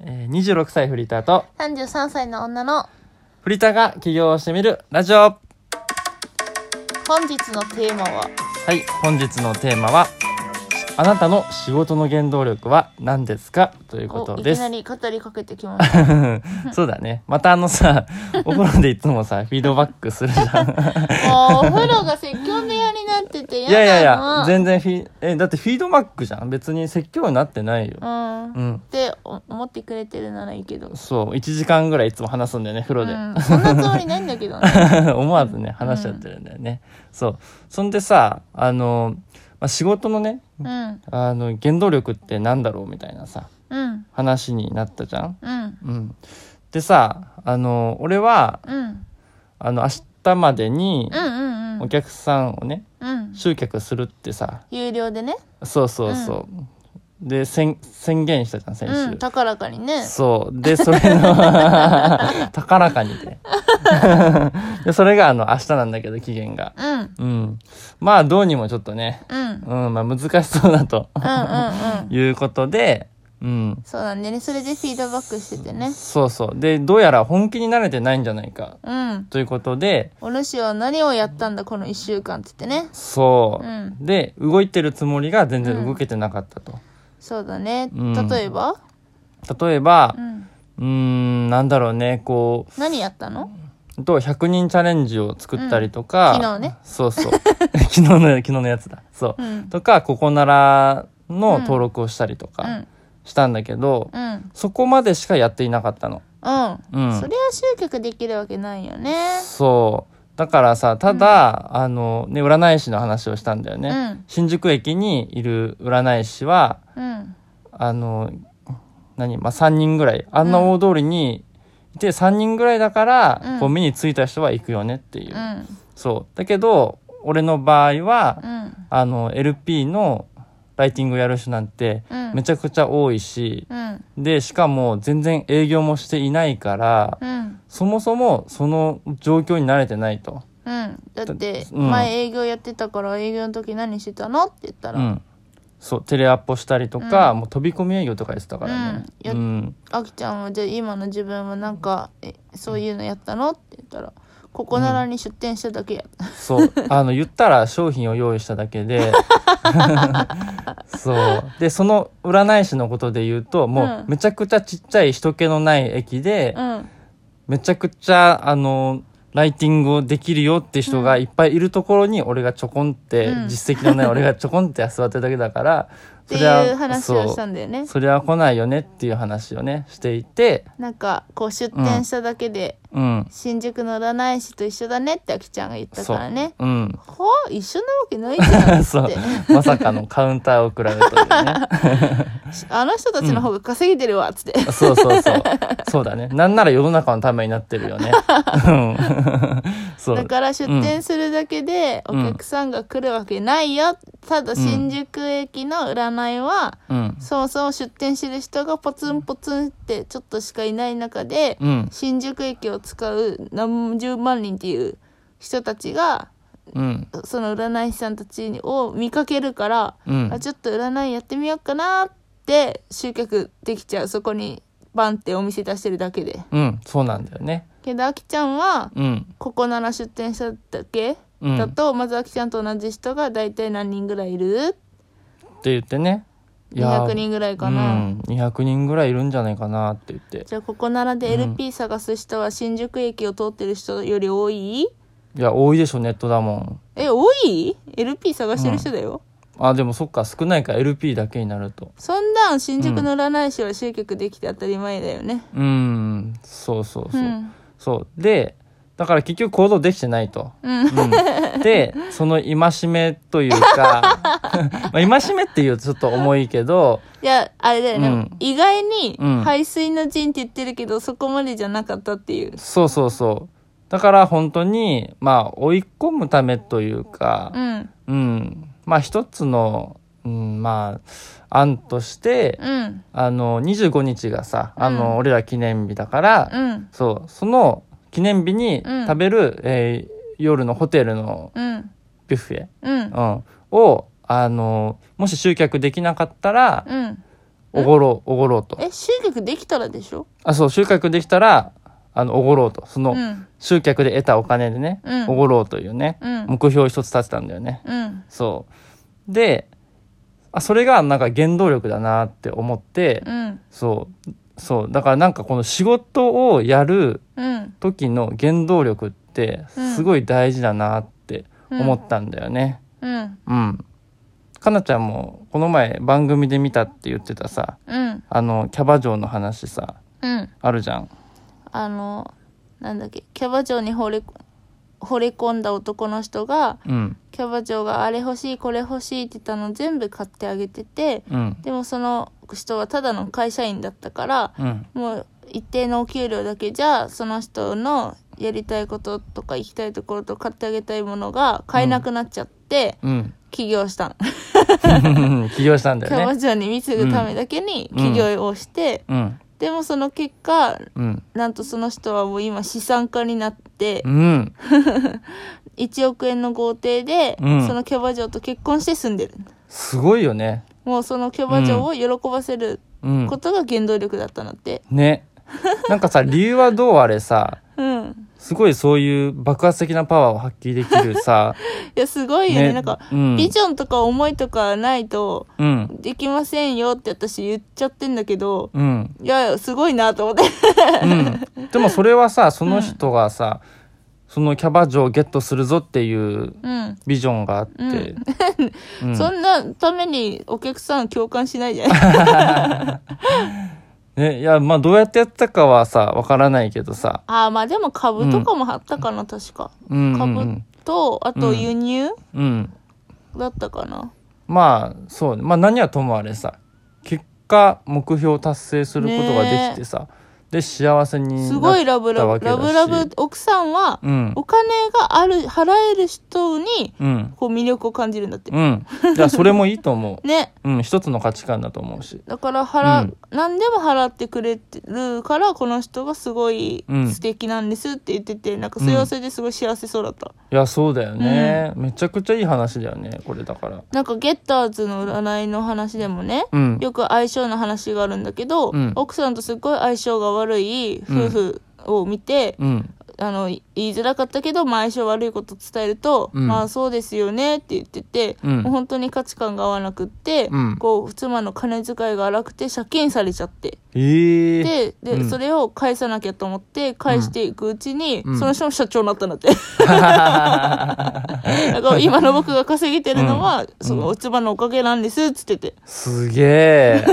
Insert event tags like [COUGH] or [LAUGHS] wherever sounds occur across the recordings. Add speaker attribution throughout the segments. Speaker 1: えー26歳フリーターと
Speaker 2: 33歳の女の
Speaker 1: フリーターが起業をしてみるラジオは
Speaker 2: 本日のテーマはい
Speaker 1: 本日のテーマはあなたの仕事の原動力は何ですかということ
Speaker 2: おい
Speaker 1: で
Speaker 2: き
Speaker 1: す
Speaker 2: なり語りかけてきました。
Speaker 1: そうだねまたあの
Speaker 2: [LAUGHS]
Speaker 1: さお風呂でいつもさフィードバックするじゃん
Speaker 2: もうお風呂が説教部屋になってて嫌
Speaker 1: いやいやいや
Speaker 2: なの。
Speaker 1: 全然フィえだってフィードバックじゃん別に説教になってないよ
Speaker 2: うん。
Speaker 1: う
Speaker 2: っ
Speaker 1: ん
Speaker 2: て思ってくれてるならいいけど。
Speaker 1: そう1時間ぐらいいつも話すんだよね風呂で、
Speaker 2: うん、そんなつもりないんだけどね。
Speaker 1: [LAUGHS] 思わずね話しちゃってるんだよね、そうそんでさあの、まあ、仕事のね
Speaker 2: うん。
Speaker 1: あの原動力ってなんだろうみたいなさ
Speaker 2: うん。
Speaker 1: 話になったじゃん、
Speaker 2: う
Speaker 1: う
Speaker 2: ん。
Speaker 1: ん、でさあの俺は
Speaker 2: うん。
Speaker 1: あの明日までに
Speaker 2: うんうんう
Speaker 1: お
Speaker 2: ん。
Speaker 1: 客さんをね
Speaker 2: うん。
Speaker 1: 集客するってさ
Speaker 2: 有料でね。
Speaker 1: そうそうそう、で宣宣言したじゃん先週、
Speaker 2: うん。高らかにね。
Speaker 1: そう。で、それ
Speaker 2: [LAUGHS]
Speaker 1: の、高らかにで。 [LAUGHS] で、それがあの、明日なんだけど、期限が。
Speaker 2: う
Speaker 1: う
Speaker 2: ん。
Speaker 1: ん。まあ、どうにもちょっとね、
Speaker 2: うん。うんうん
Speaker 1: うん、まあ、難しそうだと
Speaker 2: うん。
Speaker 1: いうことで、うん。
Speaker 2: そうだね。それでフィードバックしててね。
Speaker 1: そうそう。で、どうやら本気になれてないんじゃないか、
Speaker 2: うん。
Speaker 1: ということで、
Speaker 2: お主は何をやったんだ、この一週間って言ってね。
Speaker 1: そう。
Speaker 2: うん
Speaker 1: で、動いてるつもりが全然動けてなかったと。
Speaker 2: そうだね。
Speaker 1: うん
Speaker 2: 例えば
Speaker 1: 例えば
Speaker 2: う、ん。
Speaker 1: うーん、なんだろうね、こう、
Speaker 2: 何やったの
Speaker 1: と100人チャレンジを作ったりとか、
Speaker 2: うん昨日ね
Speaker 1: そうそう [LAUGHS] 昨日の昨日のやつだそう
Speaker 2: う、ん。
Speaker 1: とかここならの登録をしたりと
Speaker 2: う
Speaker 1: か
Speaker 2: ん。
Speaker 1: したんだけど、
Speaker 2: うん。うん。
Speaker 1: そこまでしかやっていなかったのうん
Speaker 2: それは集客できるわけないよね。
Speaker 1: そうだからさただ、あのね占い師の話をしたんだよね、
Speaker 2: うん
Speaker 1: 新宿駅にいる占い師は
Speaker 2: うん。
Speaker 1: あの何、まあ、3人ぐらいあんな大通りにいて3人ぐらいだから、
Speaker 2: うん
Speaker 1: こう目についた人は行くよねっていう、
Speaker 2: うん。
Speaker 1: そうだけど俺の場合は、
Speaker 2: うん。
Speaker 1: あの LP のライティングやる人なんて
Speaker 2: うん。
Speaker 1: めちゃくちゃ多いし、
Speaker 2: うん。
Speaker 1: でしかも全然営業もしていないから、
Speaker 2: うん。
Speaker 1: そもそもその状況に慣れてないと、
Speaker 2: うん。だって、
Speaker 1: うん
Speaker 2: 前営業やってたから営業の時何してたのって言った
Speaker 1: う
Speaker 2: ら、
Speaker 1: ん、そうテレアポしたりとか、
Speaker 2: う
Speaker 1: もう飛び込み営業とかやってたからね、
Speaker 2: うんや
Speaker 1: うん
Speaker 2: あきちゃんはじゃあ今の自分はなんか、え、そういうのやったのって言ったら、ここならに出店しただけや。
Speaker 1: そうあの言ったら商品を用意しただけ
Speaker 2: [LAUGHS]
Speaker 1: でそうでその占い師のことで言うとも
Speaker 2: うん
Speaker 1: うめちゃくちゃちっちゃい人気のない駅で、
Speaker 2: うん。
Speaker 1: めちゃくちゃあのライティングをできるよって人がいっぱいいるところに俺がちょこんって、
Speaker 2: うん
Speaker 1: 実績のない俺がちょこんって座ってるだけだから
Speaker 2: [LAUGHS] っていう話をしたんだよね
Speaker 1: そう。それは来ないよねっていう話をねしていて
Speaker 2: なんか、こう出店しただけで、
Speaker 1: うん
Speaker 2: 新宿の占い師と一緒だねってあきちゃんが言ったからね。
Speaker 1: そううん [LAUGHS]
Speaker 2: はあ一緒なわけないじゃん
Speaker 1: そ
Speaker 2: っ
Speaker 1: う
Speaker 2: て。
Speaker 1: まさかのカウンターを比べというね
Speaker 2: あの人たちの方が稼げてるわっつって。
Speaker 1: [LAUGHS] そうそうそうそうだねなんなら世の中のためになってるよねうん [LAUGHS] そ
Speaker 2: だ
Speaker 1: う
Speaker 2: から出店するだけでお
Speaker 1: ん
Speaker 2: 客さんが来るわけないよ。ただ新宿駅の占いは、
Speaker 1: うん
Speaker 2: そうそう出店してる人がポツンポツンってちょっとしかいない中で、
Speaker 1: うん
Speaker 2: 新宿駅を使う何十万人っていう人たちが、
Speaker 1: うん
Speaker 2: その占い師さんたちを見かけるから、
Speaker 1: うん
Speaker 2: あちょっと占いやってみようかなって集客できちゃうそこにバンってお店出してるだけで
Speaker 1: うんそうなんだよね
Speaker 2: けどあきちゃんは
Speaker 1: うん
Speaker 2: ここなら出店しただけ、
Speaker 1: うん
Speaker 2: だとまずあきちゃんと同じ人が大体何人ぐらいいる
Speaker 1: って言ってねいやー
Speaker 2: 200人ぐらいかな、
Speaker 1: うん、200人ぐらいいるんじゃないかなって言って
Speaker 2: じゃあここならで
Speaker 1: うん
Speaker 2: LP 探す人は新宿駅を通ってる人より多い
Speaker 1: いや多いでしょネットだもん
Speaker 2: え多い ?LP 探してる人だよ、
Speaker 1: あでもそっか少ないから LP だけになると
Speaker 2: そんなん新宿の占い師は集客できて当たり前だよね
Speaker 1: うんそうそう
Speaker 2: う
Speaker 1: そう、
Speaker 2: ん
Speaker 1: そうでだから結局行動できてないと、
Speaker 2: う
Speaker 1: う
Speaker 2: ん
Speaker 1: んでその戒めというか [LAUGHS] まあ戒めっていうとちょっと重いけど
Speaker 2: いや、あれだよね。
Speaker 1: うん
Speaker 2: 意外に、
Speaker 1: うん
Speaker 2: 排水の陣って言ってるけど、そこまでじゃなかったっていう。
Speaker 1: そうそうそうだから本当にまあ追い込むためというか、
Speaker 2: うん、
Speaker 1: うん、まあ一つの、うん、まあ案として、
Speaker 2: うん、
Speaker 1: あの25日がさあの、
Speaker 2: うん
Speaker 1: 俺ら記念日だから、
Speaker 2: うん、
Speaker 1: そうその記念日に
Speaker 2: うん
Speaker 1: 食べる、えー夜のホテルの
Speaker 2: うん、
Speaker 1: ビュッフェ、
Speaker 2: うん、
Speaker 1: うん、をあのもし集客できなかったら、
Speaker 2: うん。
Speaker 1: おごろう、おごろうと。
Speaker 2: え集客できたらでしょ
Speaker 1: あ、そう、集客できたら、あの、おごろうと。その、
Speaker 2: うん
Speaker 1: 集客で得たお金でね、
Speaker 2: うん
Speaker 1: おごろうというね、
Speaker 2: うん
Speaker 1: 目標を一つ立てたんだよね。
Speaker 2: うん
Speaker 1: そう。で、あ、それがなんか原動力だなって思って、
Speaker 2: うん
Speaker 1: そう、そう。だからなんかこの仕事をやる
Speaker 2: うん
Speaker 1: 時の原動力って、
Speaker 2: うん
Speaker 1: すごい大事だなって
Speaker 2: うん
Speaker 1: 思ったんだよね。
Speaker 2: うん
Speaker 1: うん。かなちゃんも、この前番組で見たって言ってたさ、
Speaker 2: うん
Speaker 1: あの、キャバ嬢の話さ、
Speaker 2: うん
Speaker 1: あるじゃん。
Speaker 2: あのなんだっけキャバ嬢に惚れ惚れ込んだ男の人が
Speaker 1: うん。
Speaker 2: キャバ嬢があれ欲しいこれ欲しいって言ったの全部買ってあげてて
Speaker 1: うん。
Speaker 2: でもその人はただの会社員だったから
Speaker 1: うん。
Speaker 2: もう一定のお給料だけじゃその人のやりたいこととか行きたいところと買ってあげたいものが買えなくなっちゃって
Speaker 1: うん。
Speaker 2: 起業したの、
Speaker 1: [LAUGHS] 起業したんだ
Speaker 2: キャ
Speaker 1: よ
Speaker 2: バ
Speaker 1: ね。
Speaker 2: 嬢に貢ぐためだけに
Speaker 1: うん
Speaker 2: 起業をして、
Speaker 1: うん。
Speaker 2: でもその結果
Speaker 1: うん。
Speaker 2: なんとその人はもう今資産家になって
Speaker 1: うん。
Speaker 2: 1億円の豪邸で、
Speaker 1: うん
Speaker 2: そのキャバ嬢と結婚して住んでる
Speaker 1: すごいよね。
Speaker 2: もうそのキャバ嬢を喜ばせる
Speaker 1: うん
Speaker 2: こ。とが原動力だったのって
Speaker 1: ね。なん
Speaker 2: [LAUGHS]
Speaker 1: かさ、理由はどうあれさ、
Speaker 2: うん
Speaker 1: すごいそういう爆発的なパワーを発揮できるさ、
Speaker 2: いやすご [LAUGHS] いよねなんか、
Speaker 1: うん、
Speaker 2: ビジョンとか思いとかないと
Speaker 1: うん。
Speaker 2: できませんよって私言っちゃってんだけど、
Speaker 1: うん。
Speaker 2: いやいやすごいなと思って
Speaker 1: うん。でもそれはさ、その人がさ、そのキャバ嬢をゲットするぞっていう
Speaker 2: うん、
Speaker 1: ビジョンがあって、うん
Speaker 2: [LAUGHS] そんなためにお客さん共感しないじゃん
Speaker 1: [LAUGHS] ね、いや、まあどうやってやったかはさ、わからないけどさ、
Speaker 2: ああまあでも株とかもあったかな、確か
Speaker 1: うん、うんう
Speaker 2: 株
Speaker 1: ん。
Speaker 2: とあと輸入
Speaker 1: うん。
Speaker 2: だったかな、
Speaker 1: まあそうねまあ何はともあれさ結果目標を達成することができてさ、で幸せになった
Speaker 2: すごいラブラ
Speaker 1: わ
Speaker 2: ブ
Speaker 1: けだ
Speaker 2: ラ
Speaker 1: し
Speaker 2: ブラブ奥さんは
Speaker 1: うん
Speaker 2: お金がある払える人に
Speaker 1: うん
Speaker 2: こう魅力を感じるんだって、
Speaker 1: うんいやそれもいいと思
Speaker 2: ね
Speaker 1: う [LAUGHS] うん一つの価値観だと思うし
Speaker 2: だから払、
Speaker 1: うん
Speaker 2: 何でも払ってくれてるからこの人がすごい
Speaker 1: うん
Speaker 2: 素敵なんですって言ってて、なんかそれはそれですごい幸せそうだった、
Speaker 1: いやそうだよね、めちゃくちゃいい話だよねこれだから
Speaker 2: なんかゲッターズの占いの話でもね、
Speaker 1: うん
Speaker 2: よく相性の話があるんだけど、
Speaker 1: うん
Speaker 2: 奥さんとすごい相性が悪い夫婦を見て、
Speaker 1: うん
Speaker 2: あの言いづらかったけど、まあ、相性悪いこと伝えると、
Speaker 1: うん
Speaker 2: まあそうですよねって言ってて、
Speaker 1: うん
Speaker 2: もう本当に価値観が合わなくって、
Speaker 1: うん
Speaker 2: こう妻の金遣いが荒くて借金されちゃって。
Speaker 1: ええ
Speaker 2: でで、
Speaker 1: うん
Speaker 2: それを返さなきゃと思って返していくうちに、
Speaker 1: うん
Speaker 2: その人も社長になったんだって
Speaker 1: [LAUGHS]
Speaker 2: だから今の僕が稼げてるのは、そのおつばのおかげなんですっつってて
Speaker 1: [LAUGHS] すげえ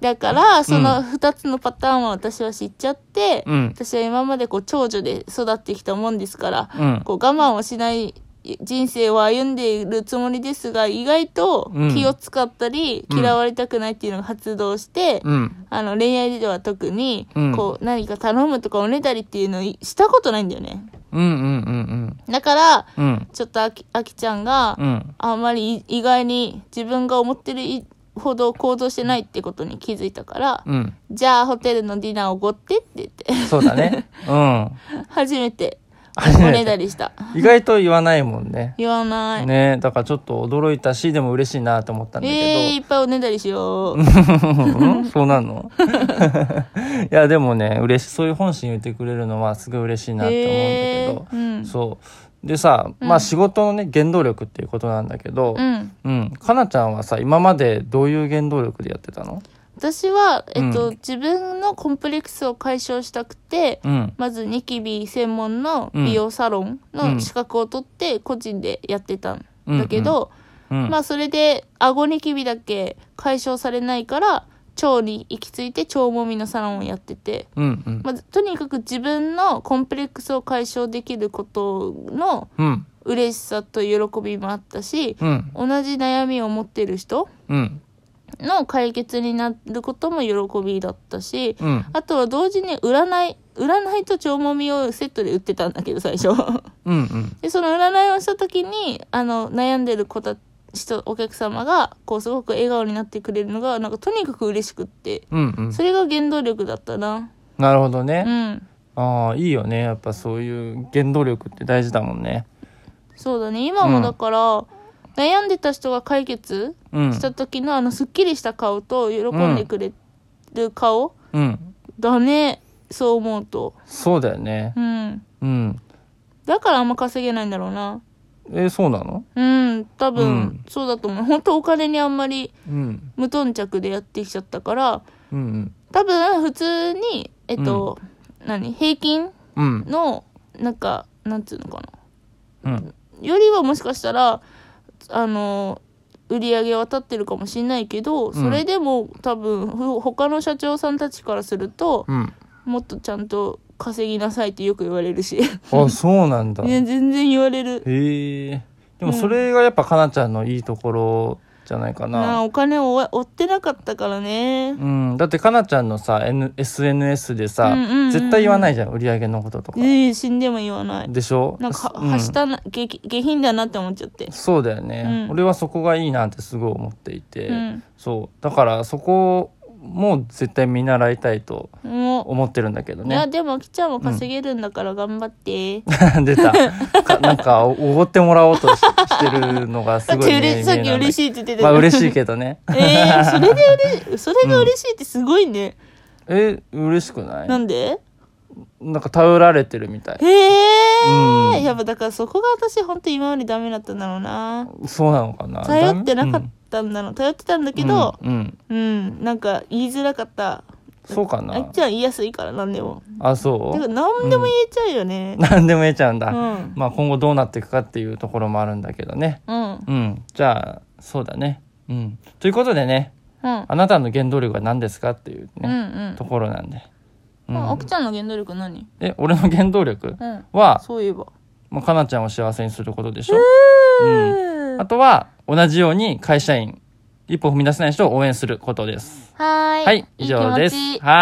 Speaker 2: だからその2つのパターンは私は知っちゃって、
Speaker 1: うん
Speaker 2: 私は今までこう長女で育ってきたもんですから、
Speaker 1: うん
Speaker 2: こう我慢をしない人生を歩んでいるつもりですが意外と
Speaker 1: うん
Speaker 2: 気を使ったり、
Speaker 1: うん
Speaker 2: 嫌われたくないっていうのが発動して、
Speaker 1: うん
Speaker 2: あの恋愛では特に、
Speaker 1: うん
Speaker 2: こう何か頼むとかおねだりっていうのをしたことないんだよね
Speaker 1: うんうんうん
Speaker 2: だから
Speaker 1: うんうん
Speaker 2: ちょっとあきあきちゃんが
Speaker 1: うん
Speaker 2: あんまりい意外に自分が思ってるいほど行動してないってことに気づいたから、
Speaker 1: うん
Speaker 2: じゃあホテルのディナーおごってって言って
Speaker 1: そうだねうん
Speaker 2: [LAUGHS] 初めて
Speaker 1: 初めて
Speaker 2: おねだりした
Speaker 1: 意外と言わないもんね
Speaker 2: 言わない、
Speaker 1: ねだからちょっと驚いたしでも嬉しいなと思ったんだけど、
Speaker 2: えー、いっぱいおねだりしよ
Speaker 1: う
Speaker 2: う。
Speaker 1: んそうなのいやでもね嬉しいそういう本心言ってくれるのはすごい嬉しいなって思うんだけど、
Speaker 2: えーうん
Speaker 1: そうでさ、まあ仕事のね原動力っていうことなんだけど
Speaker 2: う、ん。
Speaker 1: うんかなちゃんはさ今までどういう原動力でやってたの
Speaker 2: 私は、えっと、
Speaker 1: うん
Speaker 2: 自分のコンプレックスを解消したくて、
Speaker 1: うん
Speaker 2: まずニキビ専門の美容サロンの資格を取って個人でやってたんだけど、
Speaker 1: うん、
Speaker 2: まあそれで顎ニキビだけ解消されないから腸に行き着いて腸もみのサロンをやってて、
Speaker 1: うんうん
Speaker 2: まあ、とにかく自分のコンプレックスを解消できることの
Speaker 1: うん
Speaker 2: 嬉しさと喜びもあったし、
Speaker 1: うん
Speaker 2: 同じ悩みを持ってる人
Speaker 1: うん
Speaker 2: の解決になることも喜びだったし、
Speaker 1: うん
Speaker 2: あとは同時に占い占いと腸もみをセットで売ってたんだけど最初 [LAUGHS]
Speaker 1: うんうん
Speaker 2: でその占いをした時にあの悩んでる子た人お客様がこうすごく笑顔になってくれるのがなんかとにかく嬉しくって
Speaker 1: うんうん
Speaker 2: それが原動力だったな
Speaker 1: なるほど
Speaker 2: う
Speaker 1: ね、
Speaker 2: ん
Speaker 1: ああいいよねやっぱそういう原動力って大事だもんね
Speaker 2: そうだね今もだから、悩んでた人が解決
Speaker 1: うん
Speaker 2: した時のあのすっきりした顔と喜んでくれる顔
Speaker 1: うん
Speaker 2: だね、そう思うと
Speaker 1: そうだよね
Speaker 2: うん
Speaker 1: うん
Speaker 2: だからあんま稼げないんだろうな
Speaker 1: えそうなの
Speaker 2: うん多分、
Speaker 1: うん
Speaker 2: そうだと思う本当お金にあんまり
Speaker 1: うん
Speaker 2: 無頓着でやってきちゃったから
Speaker 1: うん
Speaker 2: 多分普通にえっと、何平均
Speaker 1: うんうん
Speaker 2: のなんかなんつうのかな
Speaker 1: うん
Speaker 2: よりはもしかしたらあの売り上げは立ってるかもしれないけどそれでも多分ふ他の社長さんたちからすると
Speaker 1: うん
Speaker 2: もっとちゃんと稼ぎなさいってよく言われるし、
Speaker 1: あそうなんだ
Speaker 2: ね、 [LAUGHS] 全然言われる
Speaker 1: へえでもそれがやっぱかなちゃんのいいところじゃないか
Speaker 2: なあ
Speaker 1: な、
Speaker 2: お金を追追ってなかったからね
Speaker 1: うん、だってかなちゃんのさ、N、SNS でさ、
Speaker 2: うんうんうんうん
Speaker 1: 絶対言わないじゃん売り上げのこととか、
Speaker 2: ええ死んでも言わない
Speaker 1: でしょ
Speaker 2: なんかは
Speaker 1: うん
Speaker 2: はしたな、下下品だなって思っちゃって
Speaker 1: そうだよね、
Speaker 2: うん
Speaker 1: 俺はそこがいいなってすごい思っていて、
Speaker 2: うん
Speaker 1: そうだからそこも絶対見習いたいと
Speaker 2: もう
Speaker 1: 思ってるんだけど
Speaker 2: いや
Speaker 1: ね
Speaker 2: でもあきちゃんも稼げるんだから頑張って、
Speaker 1: [LAUGHS] 出たかなんかおおごってもらおうとししてるのがす
Speaker 2: [LAUGHS] だっ
Speaker 1: ごい、
Speaker 2: て
Speaker 1: ね
Speaker 2: う、れさっき嬉
Speaker 1: い
Speaker 2: しいって言ってた
Speaker 1: まあ
Speaker 2: じゃん
Speaker 1: 嬉しいけど
Speaker 2: [LAUGHS]
Speaker 1: ね
Speaker 2: えー、それで嬉しい、それが嬉しいってすごいね。
Speaker 1: え嬉しくない
Speaker 2: なんで
Speaker 1: なんか頼られてるみたい
Speaker 2: へえ、
Speaker 1: うん
Speaker 2: やっぱだからそこが私本当今までダメだったんだろうな。
Speaker 1: そうなのかな
Speaker 2: 頼ってなかったんだろう。頼ってたんだけど、
Speaker 1: うん、うんうん
Speaker 2: うん、なんか言いづらかった。
Speaker 1: そうか
Speaker 2: あっ
Speaker 1: な
Speaker 2: ちゃん言いやすいから何でも。
Speaker 1: あ
Speaker 2: だ
Speaker 1: そ
Speaker 2: から
Speaker 1: う
Speaker 2: 何でも言えちゃうよね。
Speaker 1: [LAUGHS] 何でもええちゃうんだ、
Speaker 2: うん
Speaker 1: まあ今後どうなっていくかっていうところもあるんだけどね
Speaker 2: うん。うん。
Speaker 1: うんじゃあそうだねうんということでね
Speaker 2: うん。
Speaker 1: あなたの原動力は何ですかっていう
Speaker 2: う
Speaker 1: ね、
Speaker 2: ん
Speaker 1: と。ころなんで、う
Speaker 2: あ
Speaker 1: ん
Speaker 2: 奥、ちゃんの原動力何
Speaker 1: え俺の原動力
Speaker 2: うん。
Speaker 1: は、
Speaker 2: そういえば。
Speaker 1: まあ、かなちゃんを幸せにすることでしょ、
Speaker 2: うん
Speaker 1: あとは同じように会社員一歩踏み出せない人を応援することです
Speaker 2: はーい。
Speaker 1: はい以上です
Speaker 2: いい気持ち
Speaker 1: はい